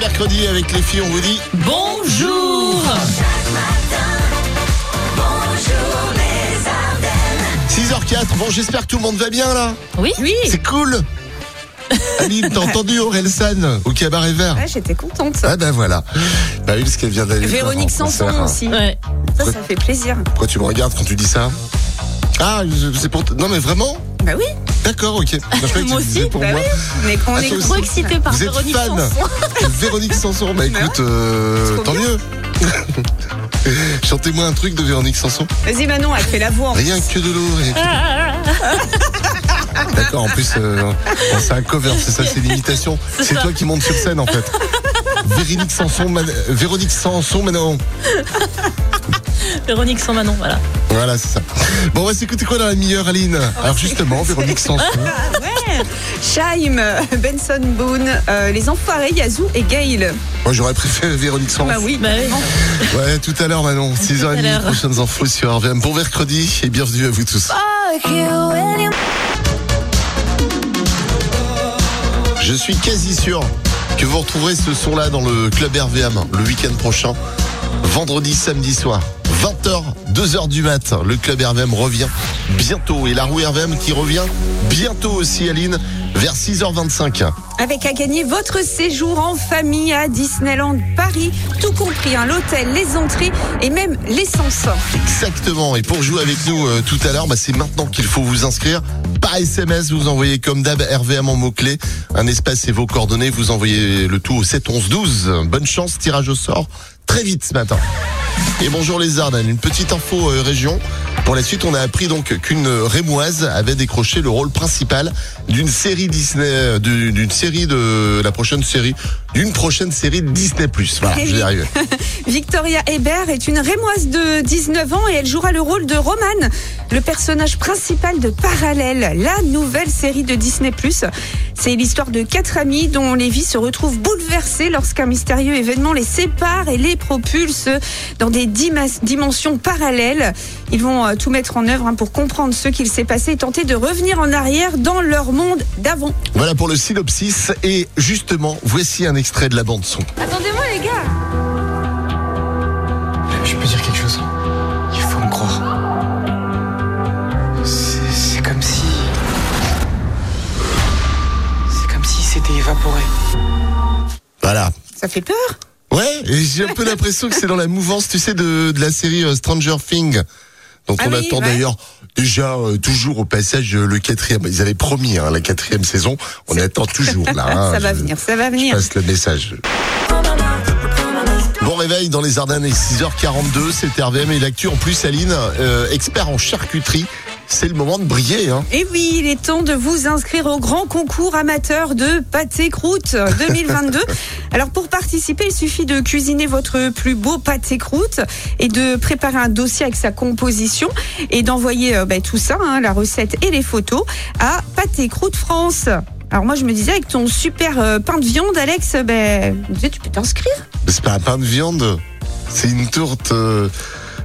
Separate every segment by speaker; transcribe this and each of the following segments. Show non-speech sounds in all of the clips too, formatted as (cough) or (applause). Speaker 1: mercredi avec les filles, on vous dit
Speaker 2: Bonjour
Speaker 3: Bonjour les Ardennes.
Speaker 1: 6h04. Bon, j'espère que tout le monde va bien là.
Speaker 2: Oui Oui
Speaker 1: C'est
Speaker 4: (laughs)
Speaker 1: cool. Amine, t'as entendu Aurel San au cabaret vert
Speaker 4: Ouais, j'étais contente.
Speaker 1: Ah ben voilà. Bah oui, parce qu'elle vient d'aller. voir
Speaker 4: Véronique
Speaker 1: en concert,
Speaker 4: Sanson
Speaker 1: hein.
Speaker 4: aussi.
Speaker 2: Ouais.
Speaker 4: Ça, ça fait plaisir.
Speaker 1: Pourquoi tu me regardes quand tu dis ça Ah, je- c'est pour. t- Non mais vraiment
Speaker 4: Bah oui,
Speaker 1: D'accord,
Speaker 4: (laughs)
Speaker 1: ok. Moi, je croyais que tu
Speaker 2: Moi
Speaker 1: le disais
Speaker 2: aussi,
Speaker 1: pour
Speaker 4: bah
Speaker 1: moi.
Speaker 4: oui. Mais quand on
Speaker 1: Ah,
Speaker 4: est
Speaker 1: toi
Speaker 2: Trop
Speaker 1: aussi.
Speaker 2: excité par
Speaker 1: Vous êtes
Speaker 2: Véronique
Speaker 1: fan
Speaker 2: Sanson. (laughs)
Speaker 1: de (laughs) Véronique Sanson. Bah écoute, euh,
Speaker 4: Trop
Speaker 1: tant
Speaker 4: bien.
Speaker 1: mieux. (laughs) Chantez-moi un truc de Véronique Sanson.
Speaker 4: Vas-y Manon, elle fait la voix. en
Speaker 1: Rien que de l'eau. rien que- D'accord, en plus, euh, bon, c'est un cover, c'est ça, c'est l'imitation. C'est
Speaker 2: ça.
Speaker 1: toi qui montes sur scène en fait. Véronique Sanson, Man- euh, Véronique Sanson, mais non.
Speaker 2: Véronique sans Manon, voilà.
Speaker 1: Voilà, c'est ça. Bon, on va s'écouter quoi dans la meilleure, Aline Alors justement, Véronique Sanson.
Speaker 4: Ah ouais Chaim, euh, Benson Boone, euh, les enfoirés, Yazoo et Gail.
Speaker 1: Moi, j'aurais préféré Véronique Sanson.
Speaker 4: Bah oui,
Speaker 2: Bah oui.
Speaker 1: Ouais, tout à l'heure, Manon.
Speaker 2: à
Speaker 1: 6h30,
Speaker 2: l'heure.
Speaker 1: prochaines infos sur RVM. Bon mercredi et bienvenue à vous tous.
Speaker 3: Fuck you and your
Speaker 1: Je suis quasi sûr que vous retrouverez ce son-là dans le club RVM le week-end prochain, vendredi, samedi soir. 20h, 2h du mat, le club RVM revient bientôt. Et la roue RVM qui revient bientôt aussi, Aline, vers 6h25.
Speaker 4: avec à gagner votre séjour en famille à Disneyland Paris, tout compris, hein, l'hôtel, les entrées et même l'essence.
Speaker 1: Exactement. Et pour jouer avec nous euh, tout à l'heure, bah, c'est maintenant qu'il faut vous inscrire. Par SMS, vous envoyez comme d'hab RVM en mots-clés, un espace et vos coordonnées. Vous envoyez le tout au 7 11 12. Bonne chance, tirage au sort très vite ce matin. Et bonjour les Ardennes, une petite info euh, région. Pour la suite, on a appris donc qu'une rémoise avait décroché le rôle principal d'une série Disney, euh, du- d'une série de la prochaine série, d'une prochaine série Disney+. Voilà, je vais y arriver.
Speaker 4: Victoria Hébert est une rémoise de 19 ans et elle jouera le rôle de Roman, le personnage principal de Parallèle, la nouvelle série de Disney+. C'est l'histoire de quatre amis dont les vies se retrouvent bouleversées lorsqu'un mystérieux événement les sépare et les propulse dans des dimas- dimensions parallèles. Ils vont euh, tout mettre en œuvre hein, pour comprendre ce qu'il s'est passé et tenter de revenir en arrière dans leur monde d'avant.
Speaker 1: Voilà pour le synopsis et justement voici un extrait de la bande son.
Speaker 4: Attendez-moi les gars
Speaker 5: Je peux dire quelque chose hein. Il faut me croire. C'est c'est comme si. C'est comme si c'était évaporé.
Speaker 1: Voilà.
Speaker 4: Ça fait peur
Speaker 1: Ouais, et j'ai un peu l'impression que c'est dans la mouvance, tu sais, de, de la série euh, Stranger Things, dont
Speaker 4: Ah
Speaker 1: on
Speaker 4: oui,
Speaker 1: attend
Speaker 4: ouais.
Speaker 1: d'ailleurs déjà euh, toujours au passage euh, le quatrième. Ils avaient promis hein, la quatrième saison. On attend toujours là. hein.
Speaker 4: (laughs) Ça va
Speaker 1: Je-
Speaker 4: venir, ça va
Speaker 1: Je
Speaker 4: venir.
Speaker 1: passe le message. Bon réveil dans les Ardennes, il est 6h42, c'est RVM et l'actu en plus Aline, euh, expert en charcuterie, c'est le moment de briller. Hein.
Speaker 4: Et Eh oui, il est temps de vous inscrire au grand concours amateur de pâté croûte 2022.
Speaker 1: (laughs)
Speaker 4: Alors pour participer, il suffit de cuisiner votre plus beau pâté croûte et de préparer un dossier avec sa composition et d'envoyer euh, bah, tout ça, hein, la recette et les photos, à pâté croûte France. Alors moi je me disais avec ton super euh, pain de viande, Alex, euh, ben je me disais, tu peux t'inscrire.
Speaker 1: C'est pas un pain de viande, c'est une tourte euh,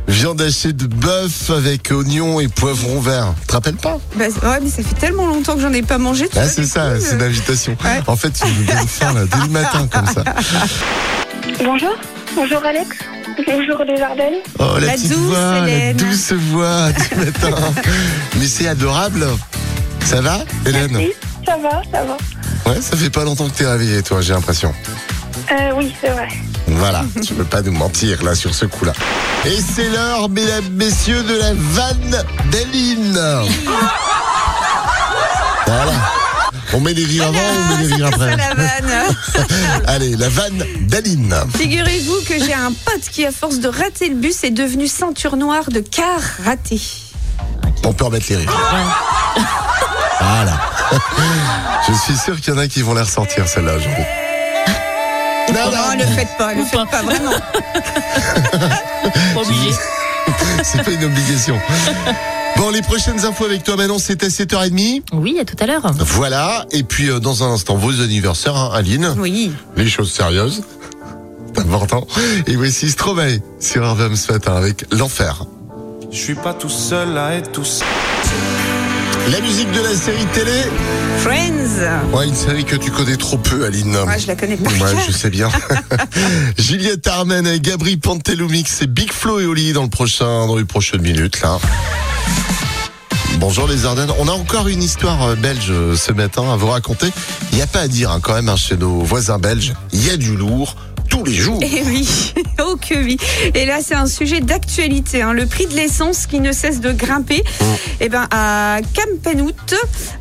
Speaker 1: viande hachée de bœuf avec oignons et poivrons verts. Tu te rappelles pas
Speaker 4: Bah, ouais, mais ça fait tellement longtemps que j'en ai pas mangé. tu
Speaker 1: Ah
Speaker 4: vois,
Speaker 1: c'est
Speaker 4: du
Speaker 1: ça,
Speaker 4: coup,
Speaker 1: c'est
Speaker 4: euh,
Speaker 1: l'invitation.
Speaker 4: ouais.
Speaker 1: En fait, tu nous donnes faim là, dès le matin comme
Speaker 4: (laughs)
Speaker 1: ça.
Speaker 6: Bonjour, bonjour Alex, bonjour les Ardennes.
Speaker 1: Oh la,
Speaker 4: La
Speaker 1: petite
Speaker 4: douce
Speaker 1: voix, la
Speaker 4: Hélène.
Speaker 1: douce voix du matin. Mais c'est adorable. Ça va, Hélène
Speaker 6: Oui, ça va, ça va.
Speaker 1: Ouais, ça fait pas longtemps que t'es réveillée, toi, j'ai l'impression.
Speaker 6: Euh, oui, c'est vrai.
Speaker 1: Voilà, tu peux pas nous mentir là sur ce coup-là. Et c'est l'heure, mesdames, messieurs, de la vanne d'Aline. Voilà. On met des rires avant, on met des rires après.
Speaker 4: la
Speaker 1: (laughs)
Speaker 4: vanne.
Speaker 1: Allez, la vanne d'Aline.
Speaker 4: Figurez-vous que j'ai un pote qui, à force de rater le bus, est devenu ceinture noire de car raté.
Speaker 1: On peut remettre les rires. Voilà. (laughs) Je suis sûr qu'il y en a qui vont la ressentir, celle-là, aujourd'hui. Non, non,
Speaker 4: Oh, faites pas, ne
Speaker 2: Ou pas.
Speaker 4: vraiment.
Speaker 2: Pas obligé.
Speaker 1: (laughs) c'est pas une obligation. Bon, les prochaines infos avec toi, Manon, c'est à 7h30.
Speaker 2: Oui, à tout à l'heure.
Speaker 1: Voilà, et puis euh, dans un instant, vos anniversaires, hein, Aline.
Speaker 4: Oui.
Speaker 1: Les choses sérieuses, (laughs) c'est important. Et voici Stromae sur RVM ce matin avec L'Enfer.
Speaker 7: Je suis pas tout seul à être tout seul.
Speaker 1: La musique de la série télé.
Speaker 4: Friends.
Speaker 1: Ouais, une série que tu connais trop peu, Aline.
Speaker 4: Ah, je la connais pas.
Speaker 1: Ouais, je sais
Speaker 4: (laughs)
Speaker 1: bien. (laughs) Juliette Armen, Gabri Panteloumix et Big Flo et Oli dans le prochain, dans les prochaines minutes, là. Bonjour les Ardennes. On a encore une histoire euh, belge euh, ce matin à vous raconter. Il n'y a pas à dire, hein, quand même, hein, chez nos voisins belges. Il y a du lourd tous les jours.
Speaker 4: Eh oui, (laughs) oh que oui. Et là, c'est un sujet d'actualité. hein. Le prix de l'essence qui ne cesse de grimper. Eh ben, à Kampenhout,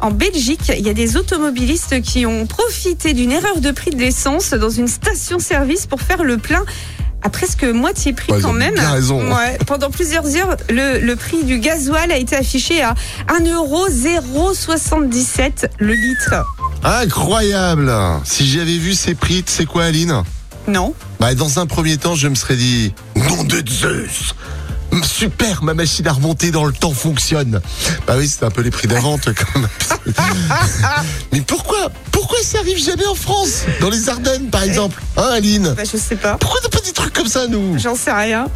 Speaker 4: en Belgique, il y a des automobilistes qui ont profité d'une erreur de prix de l'essence dans une station-service pour faire le plein à presque moitié prix
Speaker 1: Ouais, ils
Speaker 4: quand
Speaker 1: ont
Speaker 4: même.
Speaker 1: bien raison, hein.
Speaker 4: Ouais, pendant plusieurs heures, le, le prix du gasoil a été affiché à 1,077€ le litre.
Speaker 1: Incroyable Si j'avais vu ces prix, tu sais quoi, Aline
Speaker 4: Non.
Speaker 1: Bah, dans un premier temps, je me serais dit Nom de Zeus Super, ma machine à remonter dans le temps fonctionne. Bah oui, c'est un peu les prix d'avance quand
Speaker 6: (laughs)
Speaker 1: même. Mais pourquoi Pourquoi ça arrive jamais en France Dans les Ardennes, par exemple.
Speaker 6: Eh.
Speaker 1: Hein, Aline
Speaker 4: Bah, je sais pas.
Speaker 1: Pourquoi t'as pas des trucs comme ça, nous
Speaker 4: J'en sais rien.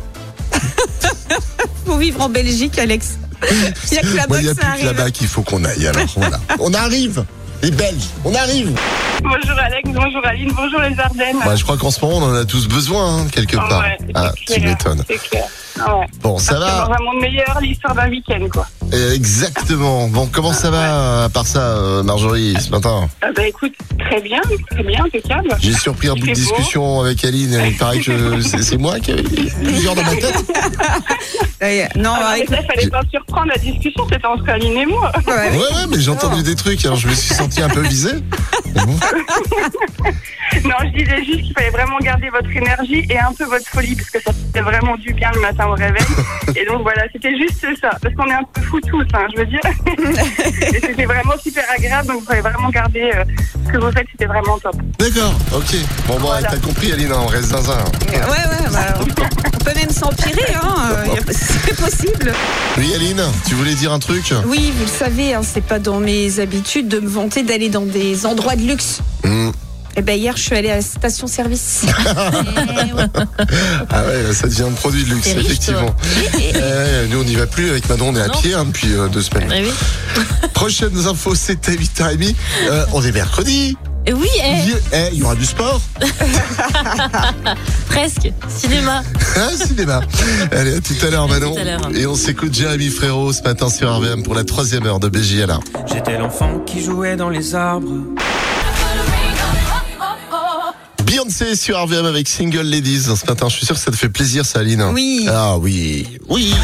Speaker 4: Faut vivre en Belgique, Alex. Il n'y a que
Speaker 1: Moi, Bah,
Speaker 4: là-bas
Speaker 1: il n'y a
Speaker 4: que ça
Speaker 1: plus que
Speaker 4: arrive.
Speaker 1: là-bas qu'il faut qu'on aille. Alors,
Speaker 6: (laughs)
Speaker 1: voilà. On arrive Les Belges, on arrive
Speaker 6: Bonjour Alex, bonjour Aline, bonjour les Ardennes.
Speaker 1: bah, Je crois qu'en ce moment, on en a tous besoin, hein, quelque
Speaker 6: Ah
Speaker 1: part.
Speaker 6: ouais, c'est
Speaker 1: ah, tu
Speaker 6: clair,
Speaker 1: m'étonnes.
Speaker 6: C'est clair. Ah ouais.
Speaker 1: Bon, ça va
Speaker 6: Dans un monde meilleur, l'histoire d'un week-end, quoi.
Speaker 1: Euh, Exactement. Bon, comment ça va à part ça, euh, Marjorie, ce matin
Speaker 6: Ah bah écoute, très bien, très bien, impeccable.
Speaker 1: J'ai surpris un bout de
Speaker 6: Il fait beau.
Speaker 1: discussion avec Aline. Il paraît que c'est c'est moi qui avais plusieurs dans ma tête.
Speaker 6: Bah
Speaker 4: Ça y est. Non,
Speaker 6: Ah,
Speaker 4: avec-
Speaker 6: mais là, fallait pas me surprendre, la discussion, c'était entre Aline et moi.
Speaker 1: Ouais,
Speaker 4: ouais.
Speaker 1: ouais, mais j'ai entendu des trucs. Alors je me suis senti un peu visé. Bon.
Speaker 6: Non, je disais juste qu'il fallait vraiment garder votre énergie et un peu votre folie, parce que ça fait vraiment du bien le matin au réveil. Et donc voilà, c'était juste ça, parce qu'on est un peu fous tous, hein, je veux dire. Et c'était vraiment super agréable, donc vous fallait vraiment garder euh, ce que vous faites, c'était vraiment top.
Speaker 1: D'accord. Ok. Bon, bah,
Speaker 6: Voilà.
Speaker 1: t'as compris, Aline. hein, On reste zinzin.
Speaker 4: ouais, ouais, bah, on peut- on peut même s'empirer, hein. euh, y a- c'est possible.
Speaker 1: Oui, Aline, tu voulais dire un truc
Speaker 4: Oui, vous le savez, hein, c'est pas dans mes habitudes de me vanter d'aller dans des endroits de luxe.
Speaker 1: Hmm.
Speaker 4: Et ben hier, je suis allée à la station-service.
Speaker 2: Eh ouais.
Speaker 1: Ah ouais, là, ça devient un produit de luxe,
Speaker 2: T'es riche,
Speaker 1: effectivement. (laughs) Eh, nous, on n'y va plus. Avec Manon, on est à
Speaker 2: Non.
Speaker 1: pied hein, depuis euh, deux semaines.
Speaker 2: Eh oui.
Speaker 1: Prochaines infos, c'était 8h30. Euh, on est mercredi.
Speaker 2: Eh Oui, eh,
Speaker 1: Il y- eh, il y aura du sport.
Speaker 2: presque. Cinéma.
Speaker 1: Ah, cinéma. Allez, à tout à l'heure,
Speaker 2: À tout
Speaker 1: Manon.
Speaker 2: à l'heure.
Speaker 1: Et on s'écoute Jérémy Frérot ce matin sur RVM pour la troisième heure de BJLA.
Speaker 5: J'étais l'enfant qui jouait dans les arbres.
Speaker 1: Beyoncé sur RVM avec Single Ladies ce matin. Je suis sûr que ça te fait plaisir, ça, Aline.
Speaker 4: Oui.
Speaker 1: Ah oui. Oui.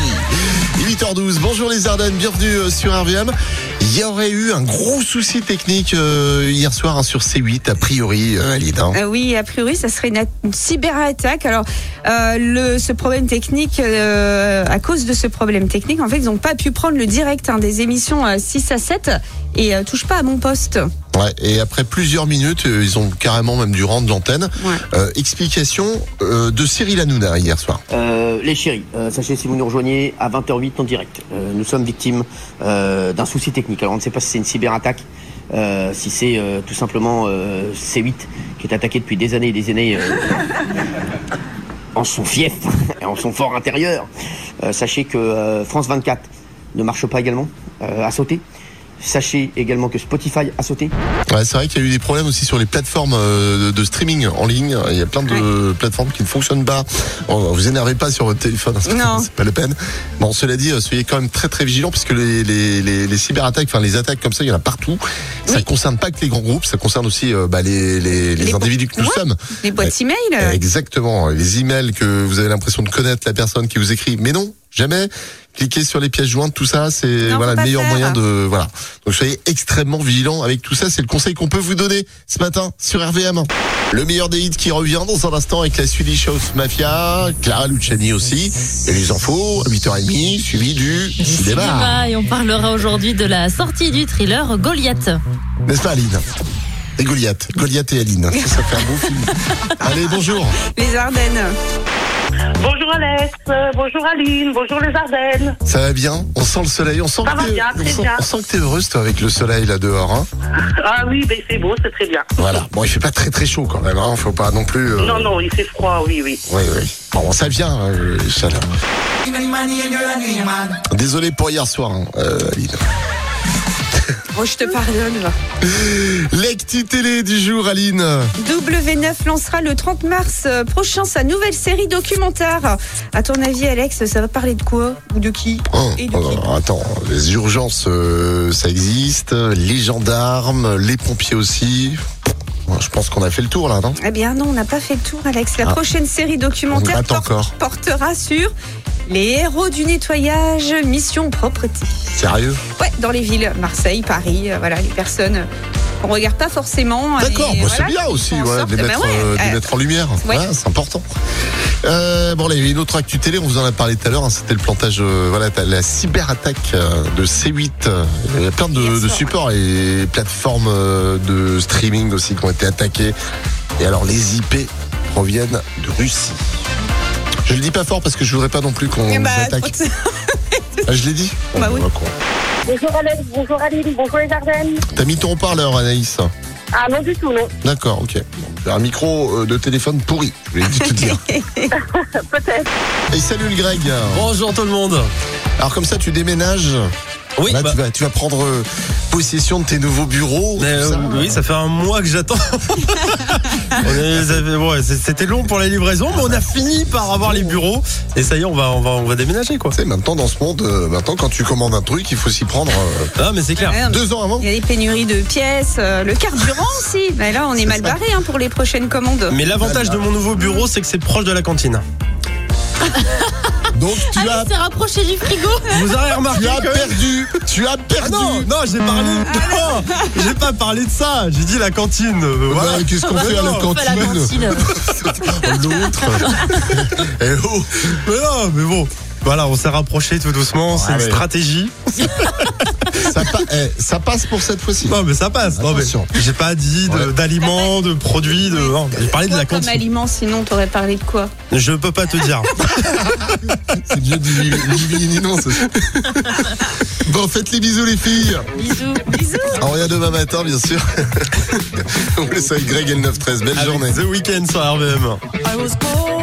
Speaker 1: 8h12. Bonjour les Ardennes. Bienvenue euh, sur RVM. Il y aurait eu un gros souci technique euh, hier soir hein, sur C8, a priori, euh, Aline. hein.
Speaker 4: Euh, oui, a priori, ça serait une, at- une cyberattaque. Alors, euh, le, ce problème technique, euh, à cause de ce problème technique, en fait, ils n'ont pas pu prendre le direct hein, des émissions euh, 6 à 7 et euh, touche pas à mon poste.
Speaker 1: Ouais, et après plusieurs minutes, euh, ils ont carrément même dû rendre l'antenne.
Speaker 4: Ouais.
Speaker 1: Euh, explication euh, de Cyril Hanouna hier soir.
Speaker 7: Euh, les chéris, euh, sachez si vous nous rejoignez à 20h08 en direct. Euh, nous sommes victimes euh, d'un souci technique. Alors on ne sait pas si c'est une cyberattaque, euh, si c'est euh, tout simplement euh, C8 qui est attaqué depuis des années et des années euh, en son fief, (laughs) et en son fort intérieur. Euh, sachez que euh, France 24 ne marche pas également, euh, a sauté. Sachez également que Spotify a sauté.
Speaker 1: Ouais, c'est vrai qu'il y a eu des problèmes aussi sur les plateformes euh, de- de streaming en ligne. Il y a plein de plateformes qui ne fonctionnent pas. Bon, vous énervez pas sur votre téléphone, hein, c'est pas-
Speaker 4: Non.
Speaker 1: c'est pas la peine. Bon, cela dit, euh, soyez quand même très très vigilants puisque les, les, les, les cyberattaques, enfin les attaques comme ça, il y en a partout. Ça concerne pas que les grands groupes, ça concerne aussi euh, bah, les, les, les
Speaker 4: Les
Speaker 1: individus que nous
Speaker 4: ouais.
Speaker 1: sommes.
Speaker 4: Les boîtes email
Speaker 1: Euh,
Speaker 4: euh,
Speaker 1: Exactement. Les emails que vous avez l'impression de connaître la personne qui vous écrit, mais non, jamais. Cliquez sur les pièces jointes, tout ça, c'est
Speaker 4: Non,
Speaker 1: voilà
Speaker 4: faut
Speaker 1: le
Speaker 4: pas
Speaker 1: meilleur
Speaker 4: faire.
Speaker 1: moyen de voilà. Donc soyez extrêmement vigilants avec tout ça. C'est le conseil qu'on peut vous donner ce matin sur RVM. Le meilleur des hits qui revient dans un instant avec la Swedish House Mafia, Clara Luciani aussi et les infos à 8h30 suivi du cinéma.
Speaker 2: Cinéma. Et on parlera aujourd'hui de la sortie du thriller Goliath.
Speaker 1: N'est-ce pas Aline Et Goliath, Goliath et Aline, ça, ça fait un bon
Speaker 4: (laughs)
Speaker 1: film. Allez, bonjour.
Speaker 4: les Ardennes.
Speaker 6: Bonjour Alex, euh, bonjour Aline, bonjour les Ardennes.
Speaker 1: Ça va bien On sent le soleil, on sent
Speaker 6: Ça
Speaker 1: que
Speaker 6: va
Speaker 1: t'es-
Speaker 6: bien,
Speaker 1: on
Speaker 6: très
Speaker 1: sent-
Speaker 6: bien.
Speaker 1: on sent que t'es heureuse toi avec le soleil là dehors. Hein
Speaker 6: Ah oui, ben c'est beau, c'est très bien.
Speaker 1: voilà. Bon, il fait pas très très chaud quand même. Hein Faut pas non plus. euh,
Speaker 6: Non, non, il fait froid, oui, oui.
Speaker 1: Oui, oui. Bon, ça vient. euh, les chaleurs. Désolé pour hier soir, hein, euh, hein, Aline.
Speaker 4: Oh, je te pardonne. va.
Speaker 1: L'actu télé du jour, Aline.
Speaker 4: W9 lancera le 30 mars euh, prochain sa nouvelle série documentaire. À ton avis, Alex, ça va parler de quoi Ou de qui
Speaker 1: Oh,
Speaker 4: Et de qui
Speaker 1: alors, attends, les urgences, euh, ça existe. Les gendarmes, les pompiers aussi. Moi, Je pense qu'on a fait le tour là, non
Speaker 4: Eh bien, non, on n'a pas fait le tour, Alex. La
Speaker 1: Ah.
Speaker 4: prochaine série
Speaker 1: On
Speaker 4: documentaire
Speaker 1: attend encore.
Speaker 4: portera sur les héros du nettoyage, mission propreté.
Speaker 1: Sérieux
Speaker 4: Ouais, dans les villes, Marseille, Paris, euh, voilà, les personnes euh, qu'on regarde pas forcément.
Speaker 1: D'accord,
Speaker 4: et
Speaker 1: bah,
Speaker 4: voilà,
Speaker 1: c'est bien
Speaker 4: qui
Speaker 1: aussi
Speaker 4: font en
Speaker 1: ouais,
Speaker 4: sorte-
Speaker 1: de les
Speaker 4: Ben
Speaker 1: mettre,
Speaker 4: ouais,
Speaker 1: euh, de les
Speaker 4: euh,
Speaker 1: mettre en lumière.
Speaker 4: ouais.
Speaker 1: Ouais, c'est important. Euh, bon, là, il y a une autre actu télé, on vous en a parlé tout à l'heure, hein, c'était le plantage, euh, voilà, t'as la cyberattaque euh, de C8. euh, Il y a plein de,
Speaker 4: Yes,
Speaker 1: de
Speaker 4: ouais.
Speaker 1: supports et plateformes euh, de streaming aussi qui ont été attaquées. Et alors, les IP proviennent de Russie. Je le dis pas fort parce que je voudrais pas non plus qu'on
Speaker 4: eh
Speaker 1: nous
Speaker 4: ben, (laughs)
Speaker 1: attaque. Ah, je l'ai dit
Speaker 4: Bah
Speaker 1: Bon,
Speaker 4: oui.
Speaker 1: bah, quoi.
Speaker 6: Bonjour Alex, bonjour Aline, bonjour les Ardennes.
Speaker 1: T'as mis ton haut-parleur, Anaïs
Speaker 6: Ah non du tout, non.
Speaker 1: D'accord, ok. Bon, j'ai un micro euh, de téléphone pourri, je voulais tout dire.
Speaker 6: Peut-être.
Speaker 1: Et salut le Greg.
Speaker 8: Bonjour tout le monde.
Speaker 1: Alors comme ça, tu déménages.
Speaker 8: Oui,
Speaker 1: Là,
Speaker 8: bah,
Speaker 1: tu, vas, tu vas prendre euh, possession de tes nouveaux bureaux.
Speaker 8: mais,
Speaker 1: tout
Speaker 8: euh,
Speaker 1: ça.
Speaker 8: oui, ça fait un mois que j'attends. (laughs) On est- ça fait- ouais, c'est- C'était long pour la livraison, mais on a fini par avoir les bureaux. Et ça y est, on va, on va, on va déménager quoi.
Speaker 1: Tu sais, maintenant dans ce monde, euh, maintenant quand tu commandes un truc, il faut s'y prendre euh,
Speaker 8: Ah, mais c'est clair.
Speaker 4: ouais, non, mais
Speaker 1: deux ans
Speaker 4: (laughs)
Speaker 1: avant.
Speaker 4: Il y a des pénuries de pièces, euh, le carburant aussi. Mais là, on est, mal
Speaker 1: ça.
Speaker 4: barré hein, pour les prochaines commandes.
Speaker 8: Mais l'avantage de mon nouveau bureau, c'est que c'est proche de la cantine.
Speaker 1: Donc tu
Speaker 2: Ah,
Speaker 1: as,
Speaker 2: mais c'est rapproché du frigo.
Speaker 8: Vous avez remarqué
Speaker 1: tu as
Speaker 8: que-
Speaker 1: perdu. Tu as
Speaker 8: Ah
Speaker 1: perdu.
Speaker 8: Non, non, j'ai parlé. Non, j'ai pas parlé de ça. J'ai dit la cantine. euh,
Speaker 1: Bah,
Speaker 8: Voilà.
Speaker 1: Qu'est-ce
Speaker 2: Ah
Speaker 1: qu'on
Speaker 8: Bah
Speaker 1: fait à la
Speaker 8: non,
Speaker 2: Pas la
Speaker 1: cantine (laughs)
Speaker 2: cantine.
Speaker 1: L'autre. Eh oh.
Speaker 8: Mais non, mais bon. Voilà, on s'est rapproché tout doucement. C'est
Speaker 1: Ah Ouais,
Speaker 8: une
Speaker 1: mais-
Speaker 8: stratégie.
Speaker 1: ça, pa- eh, ça passe pour cette fois-ci.
Speaker 8: Non, mais ça passe. Non, mais
Speaker 1: Attention.
Speaker 8: j'ai pas dit de-
Speaker 1: Ouais.
Speaker 8: d'aliments, de produits. De... non, j'ai parlé de
Speaker 4: Quoi
Speaker 8: la
Speaker 4: comme
Speaker 8: cantine.
Speaker 4: aliment, sinon t'aurais parlé de quoi
Speaker 8: Je peux pas te dire.
Speaker 1: C'est bien du ni- ni oui ni non. ça.
Speaker 2: (laughs)
Speaker 1: Bon, faites les bisous les filles.
Speaker 2: Bisous. Bisous.
Speaker 1: On revient demain matin, bien sûr. (laughs) On laisse avec Greg et le 9-13. Belle
Speaker 8: Avec
Speaker 1: journée.
Speaker 8: The Weeknd sur RVM.
Speaker 3: I was born